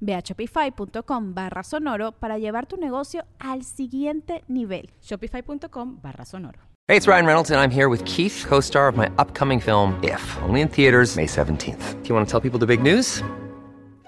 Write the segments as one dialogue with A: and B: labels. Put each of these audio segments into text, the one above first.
A: Ve a shopify.com barra sonoro para llevar tu negocio al siguiente nivel.
B: Shopify.com barra sonoro.
C: Hey, it's Ryan Reynolds and I'm here with Keith, co-star of my upcoming film, If, only in theaters May 17th. Do you want to tell people the big news?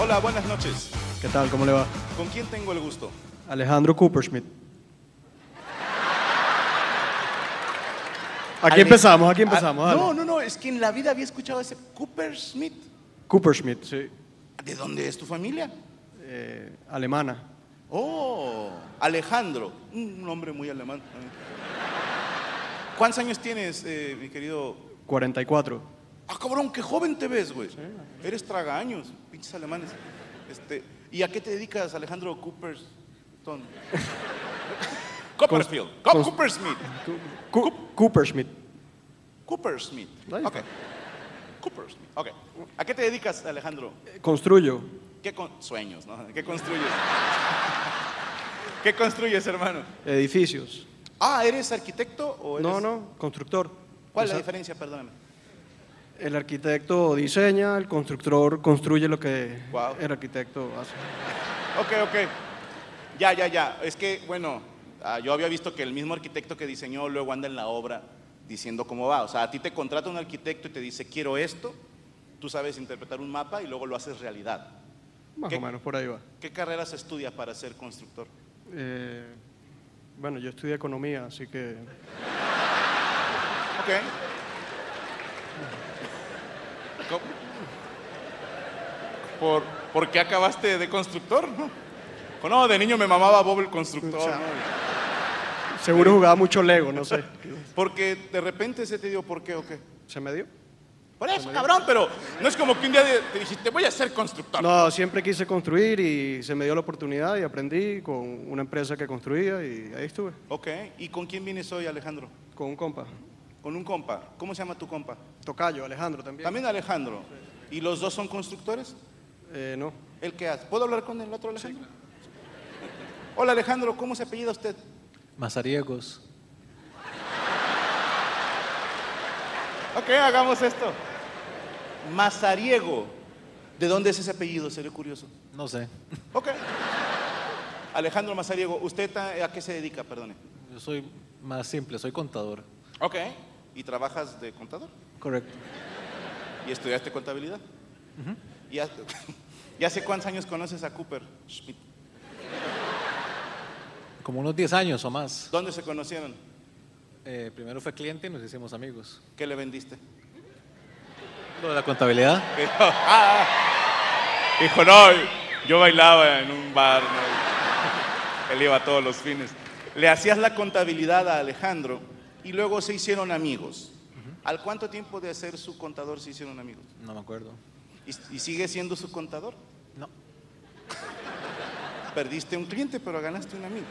D: Hola, buenas noches.
E: ¿Qué tal? ¿Cómo le va?
D: ¿Con quién tengo el gusto?
E: Alejandro Cooperschmidt. Aquí empezamos, aquí empezamos.
D: Ah,
E: dale.
D: no, no, no, es que en la vida había escuchado ese Cooper Smith.
E: Cooperschmidt, sí.
D: ¿De dónde es tu familia?
E: Eh, alemana.
D: Oh, Alejandro, un nombre muy alemán. ¿Cuántos años tienes, eh, mi querido?
E: 44.
D: Ah, cabrón, qué joven te ves, güey. Eres tragaños, pinches alemanes. Este, ¿Y a qué te dedicas, Alejandro Cooperton? Copperfield, Co-
E: cons-
D: Cooper Smith.
E: Cu- Cooperschmidt.
D: Cooper Smith.
E: Ahí
D: Ok.
E: está.
D: Cooper Smith. Ok. ¿A qué te dedicas, Alejandro?
E: Eh, Construyo.
D: ¿Qué con- sueños, no? ¿Qué construyes? ¿Qué construyes, hermano?
E: Edificios.
D: Ah, ¿eres arquitecto o eres-
E: No, no, constructor.
D: Pues, ¿Cuál es
E: O sea,
D: la diferencia? Perdóname.
E: El arquitecto diseña, el constructor construye lo que
D: Guau.
E: el arquitecto hace.
D: Ok, ok. Ya, ya, ya. Es que, bueno, ah, yo había visto que el mismo arquitecto que diseñó luego anda en la obra diciendo cómo va. O sea, a ti te contrata un arquitecto y te dice, quiero esto. Tú sabes interpretar un mapa y luego lo haces realidad.
E: Más
D: ¿Qué?
E: o menos por ahí va.
D: ¿Qué carreras estudias para ser constructor?
E: Eh, bueno, yo estudié economía, así que
D: Ok. ¿Cómo? ¿Por, por qué acabaste de constructor? No, Oh, no, de niño me mamaba Bob el constructor.
E: O sea,
D: ¿no?
E: seguro jugaba mucho Lego, no sé.
D: Porque de repente se te dio por qué o qué.
E: ¿Se me dio?
D: Por eso, cabrón, pero no es como que un día de- te dijiste, voy a ser constructor.
E: No, siempre quise construir y se me dio la oportunidad y aprendí con una empresa que construía y ahí estuve,
D: Ok, ¿y con quién vienes hoy, Alejandro?
E: con un compa.
D: Con un compa. ¿Cómo se llama tu compa?
E: Tocayo, Alejandro también.
D: También Alejandro. ¿Y los dos son constructores?
E: Eh, no,
D: ¿El que hace? ¿Puedo hablar con el otro Alejandro? Hola, Alejandro, ¿cómo se apellida usted?
F: Mazariegos.
D: Ok, hagamos esto. Mazariego. ¿De dónde es ese apellido? Sería curioso.
F: No sé.
D: Ok. Alejandro Mazariego, ¿usted a, a qué se dedica? Perdone.
F: Yo soy más simple, soy contador.
D: Ok. ¿Y trabajas de contador?
F: Correcto.
D: ¿Y estudiaste contabilidad? ¿Y, ha- y hace cuántos años conoces a Cooper Schmidt?
F: Como unos 10 años o más.
D: ¿Dónde se conocieron?
F: Eh, primero fue cliente y nos hicimos amigos.
D: ¿Qué le vendiste?
F: Lo de la contabilidad.
D: Que- Ah, Dijo, no, yo bailaba en un bar. ¿no? Él iba todos los fines. Le hacías la contabilidad a Alejandro y luego se hicieron amigos. ¿Al cuánto tiempo de ser su contador se hicieron amigos?
F: No me acuerdo.
D: ¿Y, y sigue siendo su contador?
F: No.
D: Perdiste un cliente, pero ganaste un amigo.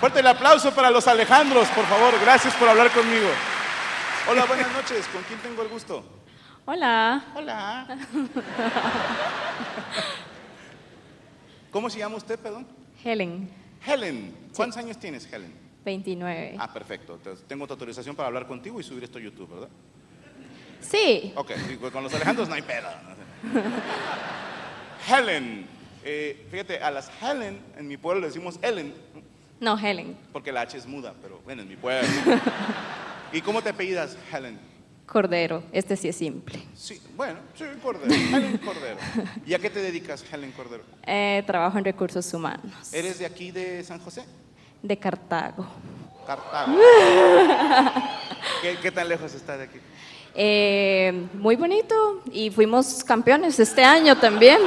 D: Fuerte el aplauso para los Alejandros, por favor. Gracias por hablar conmigo. Hola, buenas noches. ¿Con quién tengo el gusto?
G: Hola,
D: Hola. ¿Cómo se llama usted, perdón?
G: Helen,
D: Helen, ¿cuántos años tienes, Helen?
G: 29.
D: Ah, perfecto. Entonces, tengo tu autorización para hablar contigo y subir esto a YouTube, ¿verdad?
G: Sí,
D: Ok, sí, con los Alejandros no hay pedo. Helen. eh, fíjate, a las Helen, en mi pueblo le decimos Helen,
G: no, Helen.
D: porque la H es muda, pero bueno, en mi pueblo. ¿Y cómo te apellidas, Helen?
G: Cordero, este sí es simple.
D: Sí, bueno, sí, Cordero. Helen Cordero. ¿Y a qué te dedicas, Helen Cordero?
G: Eh, trabajo en recursos humanos.
D: ¿Eres de aquí, de San José?
G: De Cartago.
D: Cartago. ¿Qué, qué tan lejos está de aquí?
G: Eh, muy bonito y fuimos campeones este año también.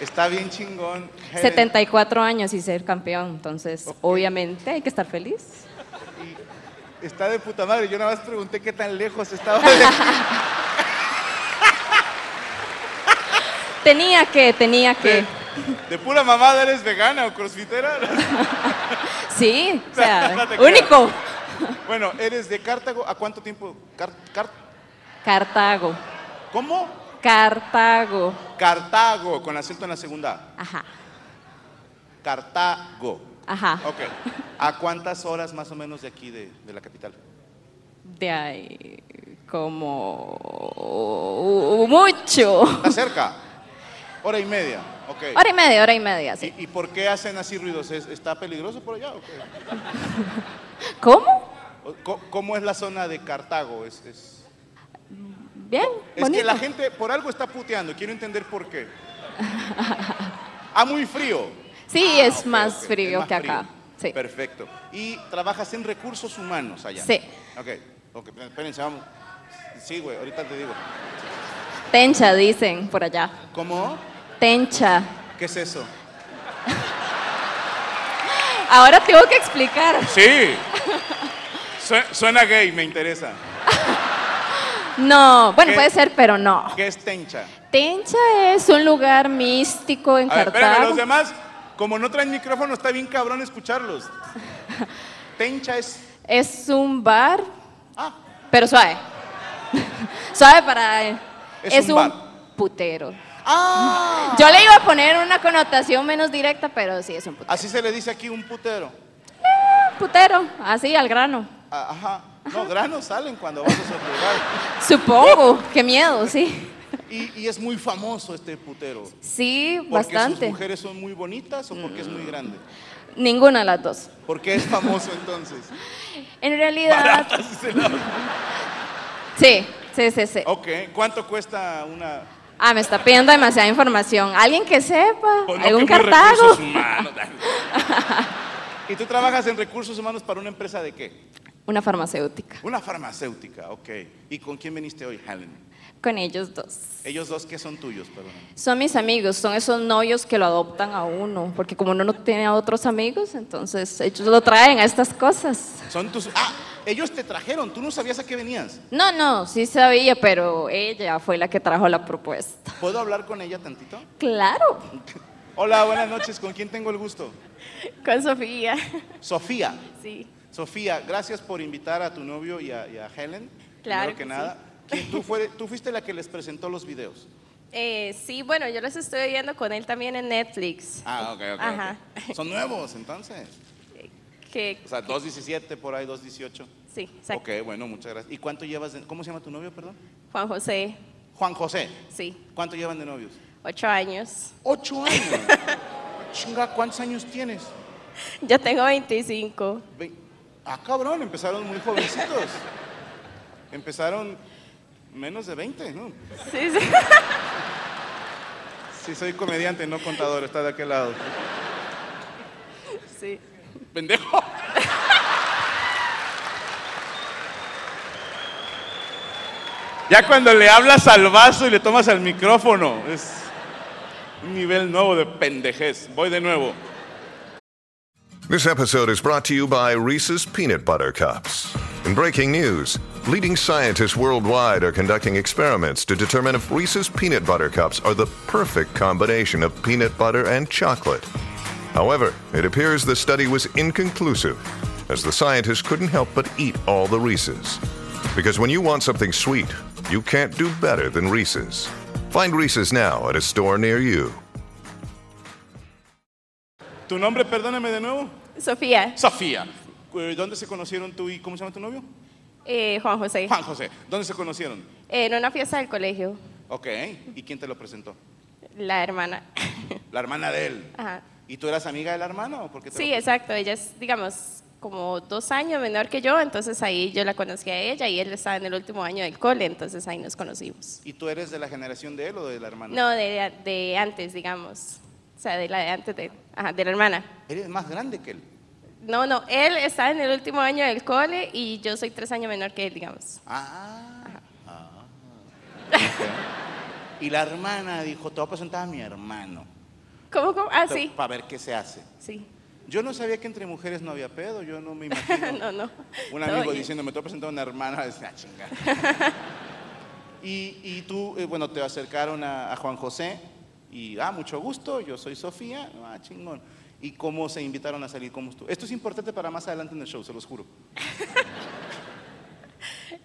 D: Está bien chingón. Helen.
G: 74 años y ser campeón, entonces
D: Ok.
G: obviamente hay que estar feliz.
D: Está de puta madre. Yo nada más pregunté qué tan lejos estaba de aquí.
G: Tenía que, tenía que.
D: De, de pura mamada eres vegana o crossfitera.
G: Sí, o
D: No
G: sea,
D: te
G: único.
D: bueno, eres de Cartago. ¿A cuánto tiempo? Car- Car-
G: Cartago,
D: ¿Cómo?
G: Cartago.
D: Cartago, con acento en la segunda.
G: Ajá,
D: A. Cartago.
G: ajá.
D: Ok. ¿A cuántas horas más o menos de aquí, de, de la capital?
G: De ahí, como mucho.
D: ¿Está cerca? Hora y media. Ok.
G: Hora y media, hora y media, sí.
D: ¿Y, y por qué hacen así ruidos? ¿Es- ¿Está peligroso por allá? o qué?
G: ¿Cómo?
D: ¿O co- ¿Cómo es la zona de Cartago? Es, es-
G: Bien,
D: es que
G: bonito.
D: la gente por algo está puteando. Quiero entender por qué. Ah, muy frío.
G: Sí,
D: Ah,
G: es
D: ok,
G: más
D: ok, es
G: frío
D: más
G: que acá. Sí.
D: Perfecto. Y trabajas en recursos humanos allá.
G: Sí.
D: Ok, ok, espérense, vamos. Sí, güey, ahorita te digo.
G: Tencha, dicen por allá.
D: ¿Cómo?
G: Tencha.
D: ¿Qué es eso?
G: Ahora tengo que explicar.
D: Sí. Suena, gay, me interesa.
G: No, bueno,
D: ¿Qué?
G: puede ser, pero no.
D: ¿Qué es tencha?
G: Tencha es un lugar místico en
D: A ver, espérame,
G: Cartago.
D: los demás, como no traen micrófono, está bien cabrón escucharlos. Tencha es.
G: Es un bar,
D: Ah,
G: pero suave. suave para...
D: Es un
G: putero.
D: ah.
G: Yo le iba a poner una connotación menos directa, pero sí, es un putero.
D: Así se le dice aquí un putero.
G: Putero, así, al grano.
D: Ah, Ajá. No, granos salen cuando vas a soplar.
G: Supongo, qué miedo, sí.
D: Y, y es muy famoso este putero.
G: Sí,
D: Porque sus
G: bastante.
D: mujeres son muy bonitas o porque es muy grande.
G: Ninguna de las dos.
D: Porque es famoso entonces.
G: En realidad, sí, sí, sí, sí.
D: ok, ¿cuánto cuesta una?
G: Ah, me está pidiendo demasiada información. Alguien que sepa,
D: Pues no,
G: algún
D: que muy
G: Cartago.
D: recursos humanos. ¿Y tú trabajas en recursos humanos para una empresa de qué?
G: Una farmacéutica.
D: Una farmacéutica, ok. ¿Y con quién viniste hoy, Helen?
G: Con ellos dos.
D: Ellos dos que son tuyos, perdón.
G: Son mis amigos, son esos novios que lo adoptan a uno, porque como uno no tiene a otros amigos, entonces ellos lo traen a estas cosas.
D: Son tus... Ah, ellos te trajeron, tú no sabías a qué venías.
G: No, no, sí sabía, pero ella fue la que trajo la propuesta.
D: ¿Puedo hablar con ella tantito?
G: Claro,
D: Hola, buenas noches, ¿con quién tengo el gusto?
G: con Sofía.
D: Sofía.
G: Sí.
D: Sofía, gracias por invitar a tu novio y a, y a Helen.
H: Claro
D: Primero que,
H: que sí.
D: nada. ¿Quién- Tú, fuere- tú fuiste la que les presentó los videos.
H: Eh, sí, bueno, yo los estoy viendo con él también en Netflix.
D: Ah, ok, ok.
H: Ajá.
D: Son nuevos, entonces.
H: Que,
D: O sea, 2.17 por ahí, 2.18.
H: sí, exacto.
D: Ok, bueno, muchas gracias. ¿Y cuánto llevas de, ¿Cómo se llama tu novio, perdón?
H: Juan José,
D: Juan José.
H: sí,
D: ¿Cuánto llevan de novios?
H: ocho años.
D: Ocho años. Chinga, ¿cuántos años tienes?
H: Yo tengo 25.
D: Ve- Ah, cabrón, empezaron muy jovencitos. Empezaron menos de 20, ¿no?
H: Sí, sí.
D: Sí, soy comediante, no contador, está de aquel lado.
H: sí.
D: Pendejo. Ya cuando le hablas al vaso y le tomas al micrófono, es un nivel nuevo de pendejez. Voy de nuevo.
I: This episode is brought to you by Reese's Peanut Butter Cups. In breaking news, leading scientists worldwide are conducting experiments to determine if Reese's Peanut Butter Cups are the perfect combination of peanut butter and chocolate. However, it appears the study was inconclusive, as the scientists couldn't help but eat all the Reese's. Because when you want something sweet, you can't do better than Reese's.
C: Find Reese's now at a store near you.
D: ¿Tu nombre, perdóname de nuevo?
G: Sofía,
D: Sofía. Eh, ¿Dónde se conocieron tú y cómo se llama tu novio?
G: eh, Juan José,
D: Juan José. ¿Dónde se conocieron?
G: en una fiesta del colegio,
D: Ok. ¿Y quién te lo presentó?
G: la hermana.
D: La hermana de él.
G: Ajá.
D: ¿Y tú eras amiga de la hermana o por qué te
G: Sí,
D: lo-
G: exacto, ella es, digamos, como dos años menor que yo, entonces ahí yo la conocí a ella y él estaba en el último año del cole, entonces ahí nos conocimos.
D: ¿Y tú eres de la generación de él o de la hermana?
G: No, de, de antes, digamos, o sea, de la de antes de, ajá, de la hermana.
D: Eres más grande que él.
G: No, no, él está en el último año del cole y yo soy tres años menor que él, digamos.
D: Ah. ah. y la hermana dijo, te voy a presentar a mi hermano.
G: ¿Cómo, cómo? Ah, sí,
D: Para ver qué se hace.
G: sí.
D: Yo no sabía que entre mujeres no había pedo, yo no me imagino.
G: No, no.
D: Un
G: No,
D: amigo
G: y-
D: diciendo, me estoy presentando a una hermana, decía, "Ah, chinga. y, y tú, eh, bueno, te acercaron a, a Juan José y, ah, mucho gusto, yo soy Sofía, ah, chingón. ¿Y cómo se invitaron a salir? ¿Cómo estuvo? Esto es importante para más adelante en el show, se los juro.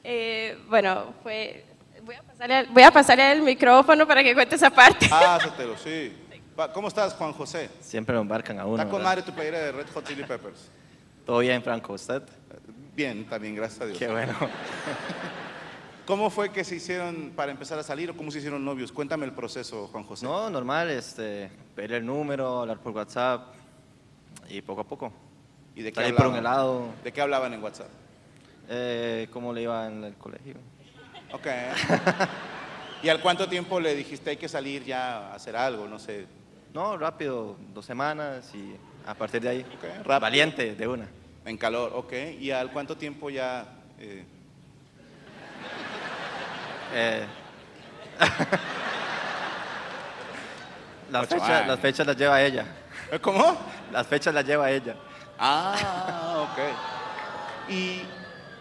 G: Eh, bueno, fue. Voy a, pasarle, al- voy a pasarle el micrófono para que cuente esa parte.
D: Ah. Pásatelo, sí. Pa- ¿Cómo estás, Juan José?
F: Siempre lo embarcan a uno.
D: Está con
F: ¿verdad?
D: madre tu playera de Red Hot Chili Peppers.
F: Todo bien, Franco. ¿Usted?
D: Bien, también, gracias a Dios.
F: Qué bueno.
D: ¿Cómo fue que se hicieron para empezar a salir o cómo se hicieron novios? Cuéntame el proceso, Juan José.
F: No, normal, este, pedir el número, hablar por WhatsApp y poco a poco.
D: ¿Y de qué
F: Salir por
D: hablaban?
F: un helado,
D: ¿De qué hablaban en WhatsApp?
F: eh, cómo le iba en el colegio.
D: Ok. ¿Y al cuánto tiempo le dijiste hay que salir ya a hacer algo? No sé.
F: No, rápido, dos semanas y a partir de ahí.
D: rápido.
F: Valiente, de una.
D: En calor, ok. ¿Y al cuánto tiempo ya? eh,
F: Eh, las,
D: Ocho
F: fechas,
D: años.
F: las fechas las lleva ella.
D: ¿Cómo?
F: Las fechas las lleva ella.
D: Ah, ok. Y,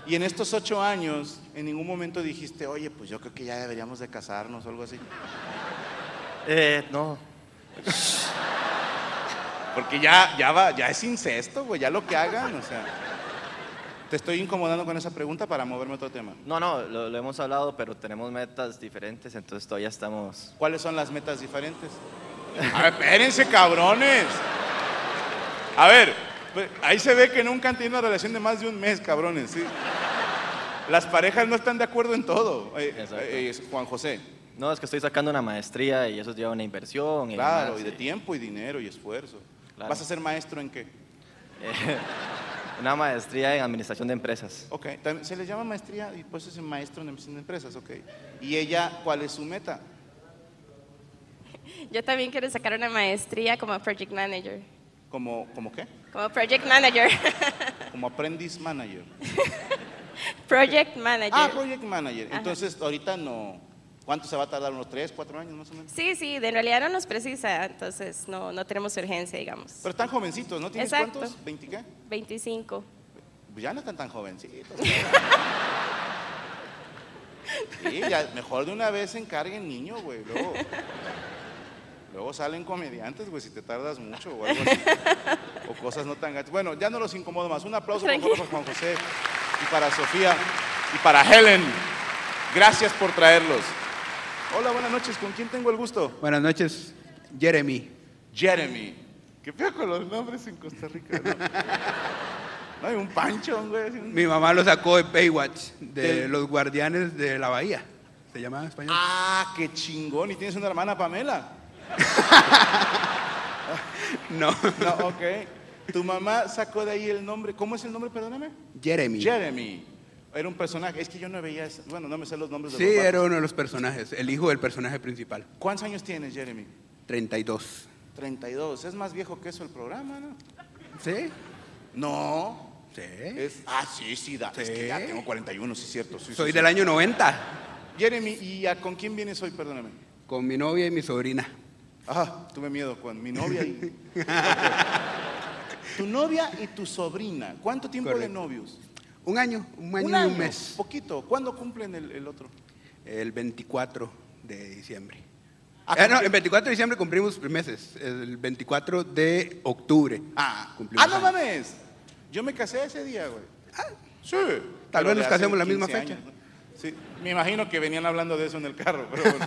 D: y en estos ocho años, en ningún momento dijiste, oye, pues yo creo que ya deberíamos de casarnos o algo así.
F: Eh, no,
D: Porque ya, ya va, ya es incesto, güey, ya lo que hagan, o sea. Te estoy incomodando con esa pregunta para moverme a otro tema.
F: no, no, lo, lo hemos hablado, pero tenemos metas diferentes, entonces todavía estamos...
D: ¿Cuáles son las metas diferentes? A ver, espérense, cabrones. A ver, pues, ahí se ve que nunca han tenido una relación de más de un mes, cabrones. ¿sí? Las parejas no están de acuerdo en todo. Eh, eh, es Juan José,
F: No, es que estoy sacando una maestría y eso lleva una inversión. Y
D: claro,
F: demás,
D: y de tiempo y dinero y esfuerzo.
F: Eh, Claro. Eh,
D: ¿Vas a ser maestro en qué?
F: Una maestría en administración de empresas.
D: Ok, tam- se le llama maestría y pues es maestro en en empresas, ok. ¿Y ella cuál es su meta?
G: Yo también quiero sacar una maestría como project manager.
D: ¿Como, como qué?
G: Como project manager.
D: Como aprendiz manager.
G: project manager.
D: Ah, project manager.
G: Ajá.
D: Entonces, ahorita no. ¿Cuánto se va a tardar? ¿Unos tres, cuatro años más o menos?
G: sí, sí, de realidad no nos precisa, entonces no, no tenemos urgencia, digamos.
D: Pero están jovencitos, ¿no? ¿Tienes
G: Exacto.
D: cuántos? ¿20 qué?
G: 25.
D: Pues Ya no están tan jovencitos. Sí, ya mejor de una vez se encarguen niño, güey. Luego, luego salen comediantes, güey, si te tardas mucho o algo así. O cosas no tan gachas. Bueno, ya no los incomodo más. Un aplauso por favor, para Juan José y para Sofía y para Helen. Gracias por traerlos. Hola, buenas noches. ¿Con quién tengo el gusto?
J: Buenas noches, Jeremy.
D: Jeremy. Qué feo con los nombres en Costa Rica. No, No, hay un pancho, güey. así un-
J: Mi mamá lo sacó de Baywatch, de
D: Del-
J: los guardianes de la bahía. Se llamaba en español.
D: Ah, qué chingón. ¿Y tienes una hermana Pamela?
J: No.
D: No, ok. Tu mamá sacó de ahí el nombre. ¿Cómo es el nombre, perdóname?
J: Jeremy.
D: Jeremy. Era un personaje. Es que yo no veía. esa- Bueno, no me sé los nombres de
J: Sí,
D: los vatos.
J: era uno de los personajes, el hijo del personaje principal.
D: ¿Cuántos años tienes, Jeremy?
J: 32.
D: 32. Es más viejo que eso el programa, ¿no?
J: ¿Sí?
D: No.
J: Sí.
D: Es, ah, sí, sí, da. Es que ya tengo 41, sí, es cierto. sí, sí,
J: Soy
D: sí.
J: del año 90,
D: Jeremy, ¿y a- con quién vienes hoy, perdóname?
J: con mi novia y mi sobrina.
D: Ah, tuve miedo con mi novia y. tu novia y tu sobrina. ¿Cuánto tiempo de
J: Correcto.
D: novios?
J: Un año, un año, y un mes.
D: Poquito. ¿Cuándo cumplen el, el otro?
J: El 24 de diciembre.
D: Ah,
J: Ah, no,
D: cumpli-
J: el 24 de diciembre cumplimos meses. El 24 de octubre.
D: Ah,
J: cumplimos
D: ah, no
J: años.
D: mames. Yo me casé ese día, güey. sí.
J: Ah, Tal
D: Pero
J: vez
D: de
J: nos
D: hace
J: casemos la misma
D: 15
J: fecha.
D: años, ¿no? Sí, me imagino que venían hablando de eso en el carro, pero bueno.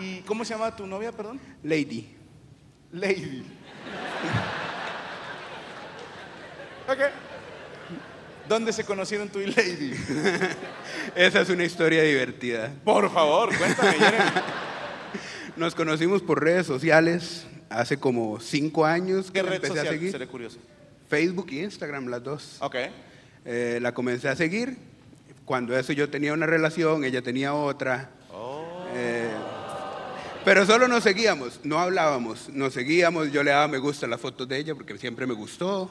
D: ¿Y cómo se llama tu novia, perdón?
J: Lady.
D: Lady. ok. ¿Dónde se conocieron tú y Lady?
J: Esa es una historia divertida.
D: Por favor, cuéntame, Jeremy.
J: Nos conocimos por redes sociales hace como cinco años que
D: ¿Qué
J: la
D: red
J: empecé a
D: social?
J: seguir.
D: Seré curioso.
J: Facebook y Instagram, las dos.
D: Ok.
J: Eh, la comencé a seguir. Cuando eso yo tenía una relación, ella tenía otra.
D: Oh.
J: Eh, pero solo nos seguíamos, no hablábamos, nos seguíamos. Yo le daba me gusta a las fotos de ella porque siempre me gustó.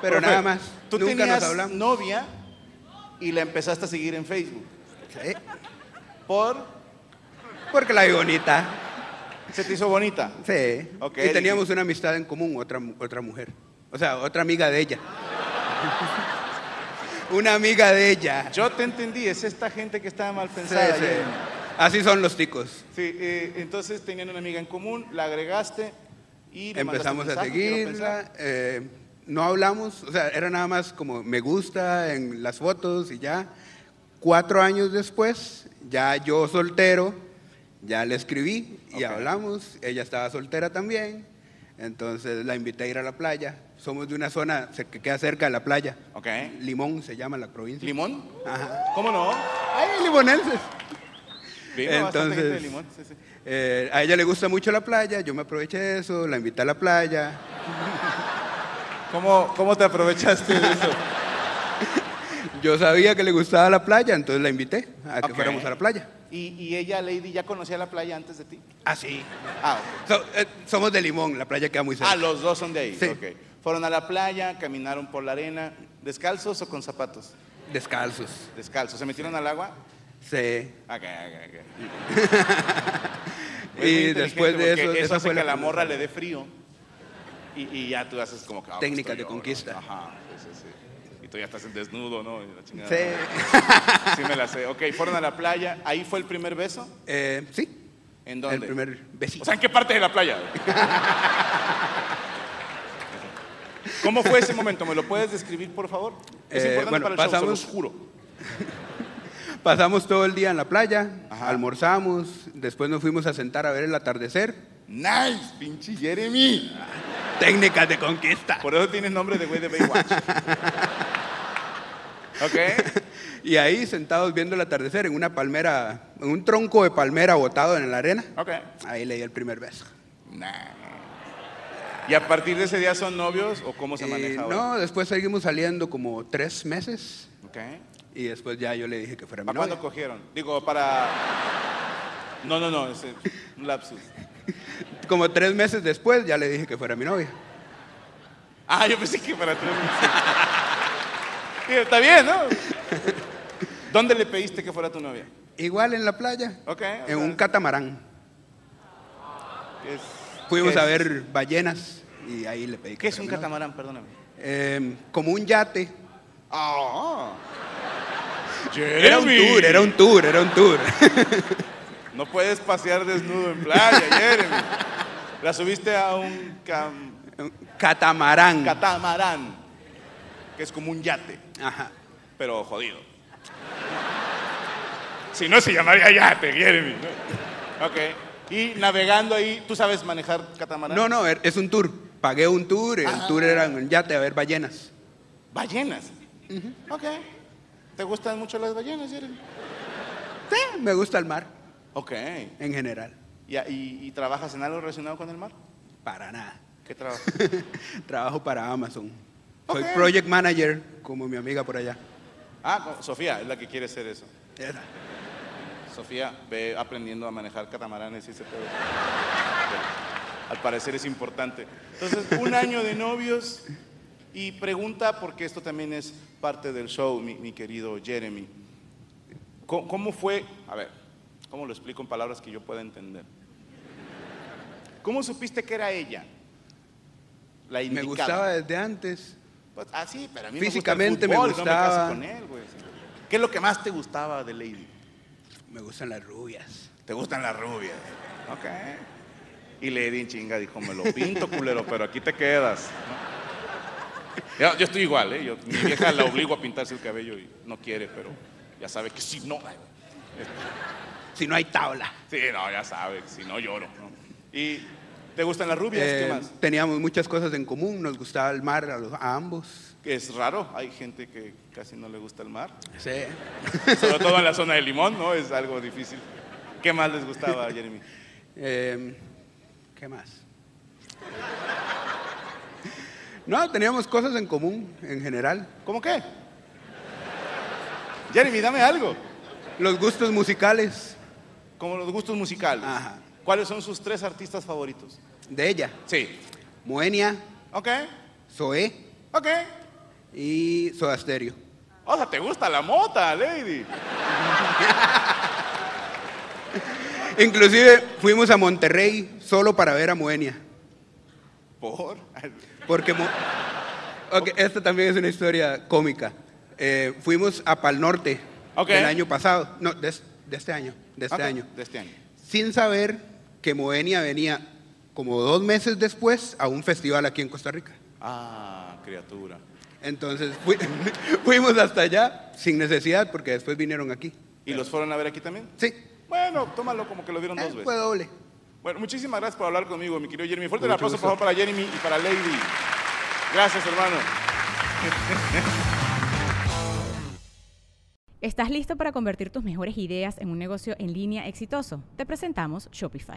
J: Pero
D: Profe,
J: nada más,
D: Tú
J: nunca
D: tenías
J: nos hablamos.
D: novia y la empezaste a seguir en Facebook. ¿Por?
J: Porque la vi bonita.
D: ¿Se te hizo bonita?
J: Sí.
D: Ok,
J: y teníamos una amistad en común, otra, mu- otra mujer. O sea, otra amiga de ella. una amiga de ella.
D: Yo te entendí, es esta gente que estaba mal
J: Sí,
D: pensada.
J: sí.
D: Jeremy.
J: Así son los ticos.
D: Sí, eh, entonces tenían una amiga en común, la agregaste y le mandaste un
J: Empezamos a
D: mensaje, quiero pensar.
J: seguirla. eh, no hablamos, o sea, era nada más como me gusta en las fotos y ya. Cuatro años después, ya yo soltero, ya le escribí y hablamos. Ella estaba soltera también. Entonces la invité a ir a la playa. Somos de una zona se- que queda cerca de la playa. Limón se llama la provincia.
D: ¿Limón?
J: Ajá.
D: ¿Cómo no?
J: ¡Ay, limonenses!
D: Vino bastante gente de
J: Entonces,
D: limón. sí, sí.
J: Eh, a ella le gusta mucho la playa, yo me aproveché de eso, la invité a la playa.
D: ¿Cómo, cómo te aprovechaste de eso?
J: Yo sabía que le gustaba la playa, entonces la invité a que
D: Ok.
J: fuéramos a la playa.
D: ¿Y, y ella, Lady, ya conocía la playa antes de ti?
J: Ah, sí.
D: Ah,
J: So- eh, somos de Limón, la playa queda muy cerca.
D: ah, los dos son de ahí.
J: Sí.
D: ok. Fueron a la playa, caminaron por la arena, ¿descalzos o con zapatos?
J: Descalzos.
D: Descalzos. ¿Se metieron al agua?
J: Sí.
D: Ok, ok, ok.
J: Y después de eso, esa
D: Eso hace
J: fue la
D: que a la
J: primera.
D: morra le dé frío. Y, y ya tú haces como que. ah,
J: Técnicas
D: estoy
J: de
D: ahora.
J: conquista.
D: Ajá, sí, sí, sí. Y tú ya estás en desnudo, ¿no? Y la chingada.
J: Sí.
D: Sí, me la sé. Ok, fueron a la playa. ¿Ahí fue el primer beso?
J: Eh, sí.
D: ¿En dónde?
J: El primer besito.
D: O sea, ¿en qué parte de la playa? ¿Cómo fue ese momento? ¿Me lo puedes describir, por favor? Es
J: Eh,
D: importante
J: bueno,
D: para el show, se
J: pasamos-
D: los juro.
J: Pasamos todo el día en la playa, almorzamos, después nos fuimos a sentar a ver el atardecer.
D: ¡Nice, pinche Jeremy!
J: Técnicas de conquista.
D: Por eso tienes nombre de güey de Baywatch. ¿Ok?
J: Y ahí sentados viendo el atardecer en una palmera, en un tronco de palmera botado en la arena.
D: Ok.
J: Ahí le di el primer beso.
D: Nah. ¿Y a partir de ese día son novios o cómo se maneja
J: Y
D: ahora?
J: Eh, no, después seguimos saliendo como tres meses
D: Ok.
J: y después ya yo le dije que fuera mi
D: ¿Para cuándo
J: novia.
D: cogieron? Digo, para... No, no, no, es eh, un lapsus.
J: Como tres meses después ya le dije que fuera mi novia.
D: Ah, yo pensé que para tres meses. Digo, Está bien, ¿no? ¿Dónde le pediste que fuera tu novia?
J: Igual en la playa,
D: Ok. o sea,
J: en un catamarán.
D: es-
J: Fuimos
D: ¿qué
J: a
D: es?
J: ver ballenas y ahí le pedí que
D: ¿Qué es
J: fuera
D: un
J: mi novia.
D: catamarán? Perdóname.
J: Eh, como un yate.
D: Ah.
J: Era un
D: Jeremy.
J: tour, era un tour, era un tour.
D: No puedes pasear desnudo en playa, Jeremy. La subiste a un cam-
J: Catamarán.
D: catamarán, que es como un yate,
J: Ajá.
D: pero jodido. Si no, se llamaría yate, Jeremy. Ok. Y navegando ahí, ¿tú sabes manejar catamarán?
J: No, no, er- es un tour. Pagué un tour, el
D: Ah.
J: tour era en un yate a ver ballenas.
D: Ballenas. Ok. ¿Te gustan mucho las ballenas, Jeremy?
J: Sí, me gusta el mar
D: Ok.
J: en general.
D: ¿Y, y- y trabajas en algo relacionado con el mar?
J: Para nada.
D: ¿Qué trabajas?
J: Trabajo para Amazon. Soy
D: Ok.
J: project manager, como mi amiga por allá.
D: Ah, con- Sofía es la que quiere hacer eso.
J: Esa.
D: Sofía, ve aprendiendo a manejar catamaranes y ese pedo. Al parecer es importante. Entonces, un año de novios y pregunta, porque esto también es parte del show, mi, mi querido Jeremy. Co- ¿Cómo, fue? A ver, ¿cómo lo explico en palabras que yo pueda entender? ¿Cómo supiste que era ella? La
J: Me
D: indicada.
J: gustaba desde antes.
D: Pues, ah, sí, pero a mí
J: Físicamente
D: me
J: me
D: gusta el fútbol,
J: gustaba.
D: No me caso con él, güey. ¿Qué es lo que más te gustaba de Lady?
J: Me gustan las rubias.
D: Te gustan las rubias. Ok. Y Lady en chinga dijo, me lo pinto, culero, pero aquí te quedas. ¿no? Yo, yo estoy igual, ¿eh? Yo- mi vieja la obligo a pintarse el cabello y no quiere, pero ya sabe que si no... ay, este,
J: Si no hay tabla.
D: Sí, no, ya sabes, si no lloro. ¿no? ¿Y te gustan las rubias?
J: Eh,
D: ¿Qué más?
J: Teníamos muchas cosas en común, nos gustaba el mar a, los- a ambos.
D: Es raro, hay gente que casi no le gusta el mar.
J: Sí.
D: Sobre todo en la zona de Limón, ¿no? Es algo difícil. ¿Qué más les gustaba, Jeremy?
J: Eh, ¿Qué más? No, teníamos cosas en común en general.
D: ¿Cómo qué? Jeremy, dame algo.
J: Los gustos musicales
D: Como los gustos musicales. ¿Cuáles son sus tres artistas favoritos?
J: de ella.
D: Sí.
J: Moenia,
D: ¿Ok?
J: Zoé
D: ¿Ok?
J: y Soda Stereo.
D: O sea, ¿te gusta la mota, lady?
J: Inclusive fuimos a Monterrey solo para ver a Moenia.
D: ¿Por?
J: Porque Mo- Ok, esta también es una historia cómica. Eh, fuimos a Pal Norte
D: Ok.
J: el año pasado, no, de, es- de este año, de este
D: Ok,
J: año,
D: De este año.
J: sin saber que Moenia venía como dos meses después a un festival aquí en Costa Rica.
D: Ah, criatura.
J: Entonces fui- fuimos hasta allá sin necesidad porque después vinieron aquí.
D: ¿Y los fueron a ver aquí también?
J: Sí. Eh,
D: Bueno, tómalo como que lo vieron dos veces.
J: Fue doble.
D: Bueno, muchísimas gracias por hablar conmigo, mi querido Jeremy. Fuerte el
J: Mucho
D: aplauso, por
J: gusto.
D: favor, para Jeremy y para Lady. Gracias, hermano.
B: ¿Estás listo para convertir tus mejores ideas en un negocio en línea exitoso? Te presentamos Shopify.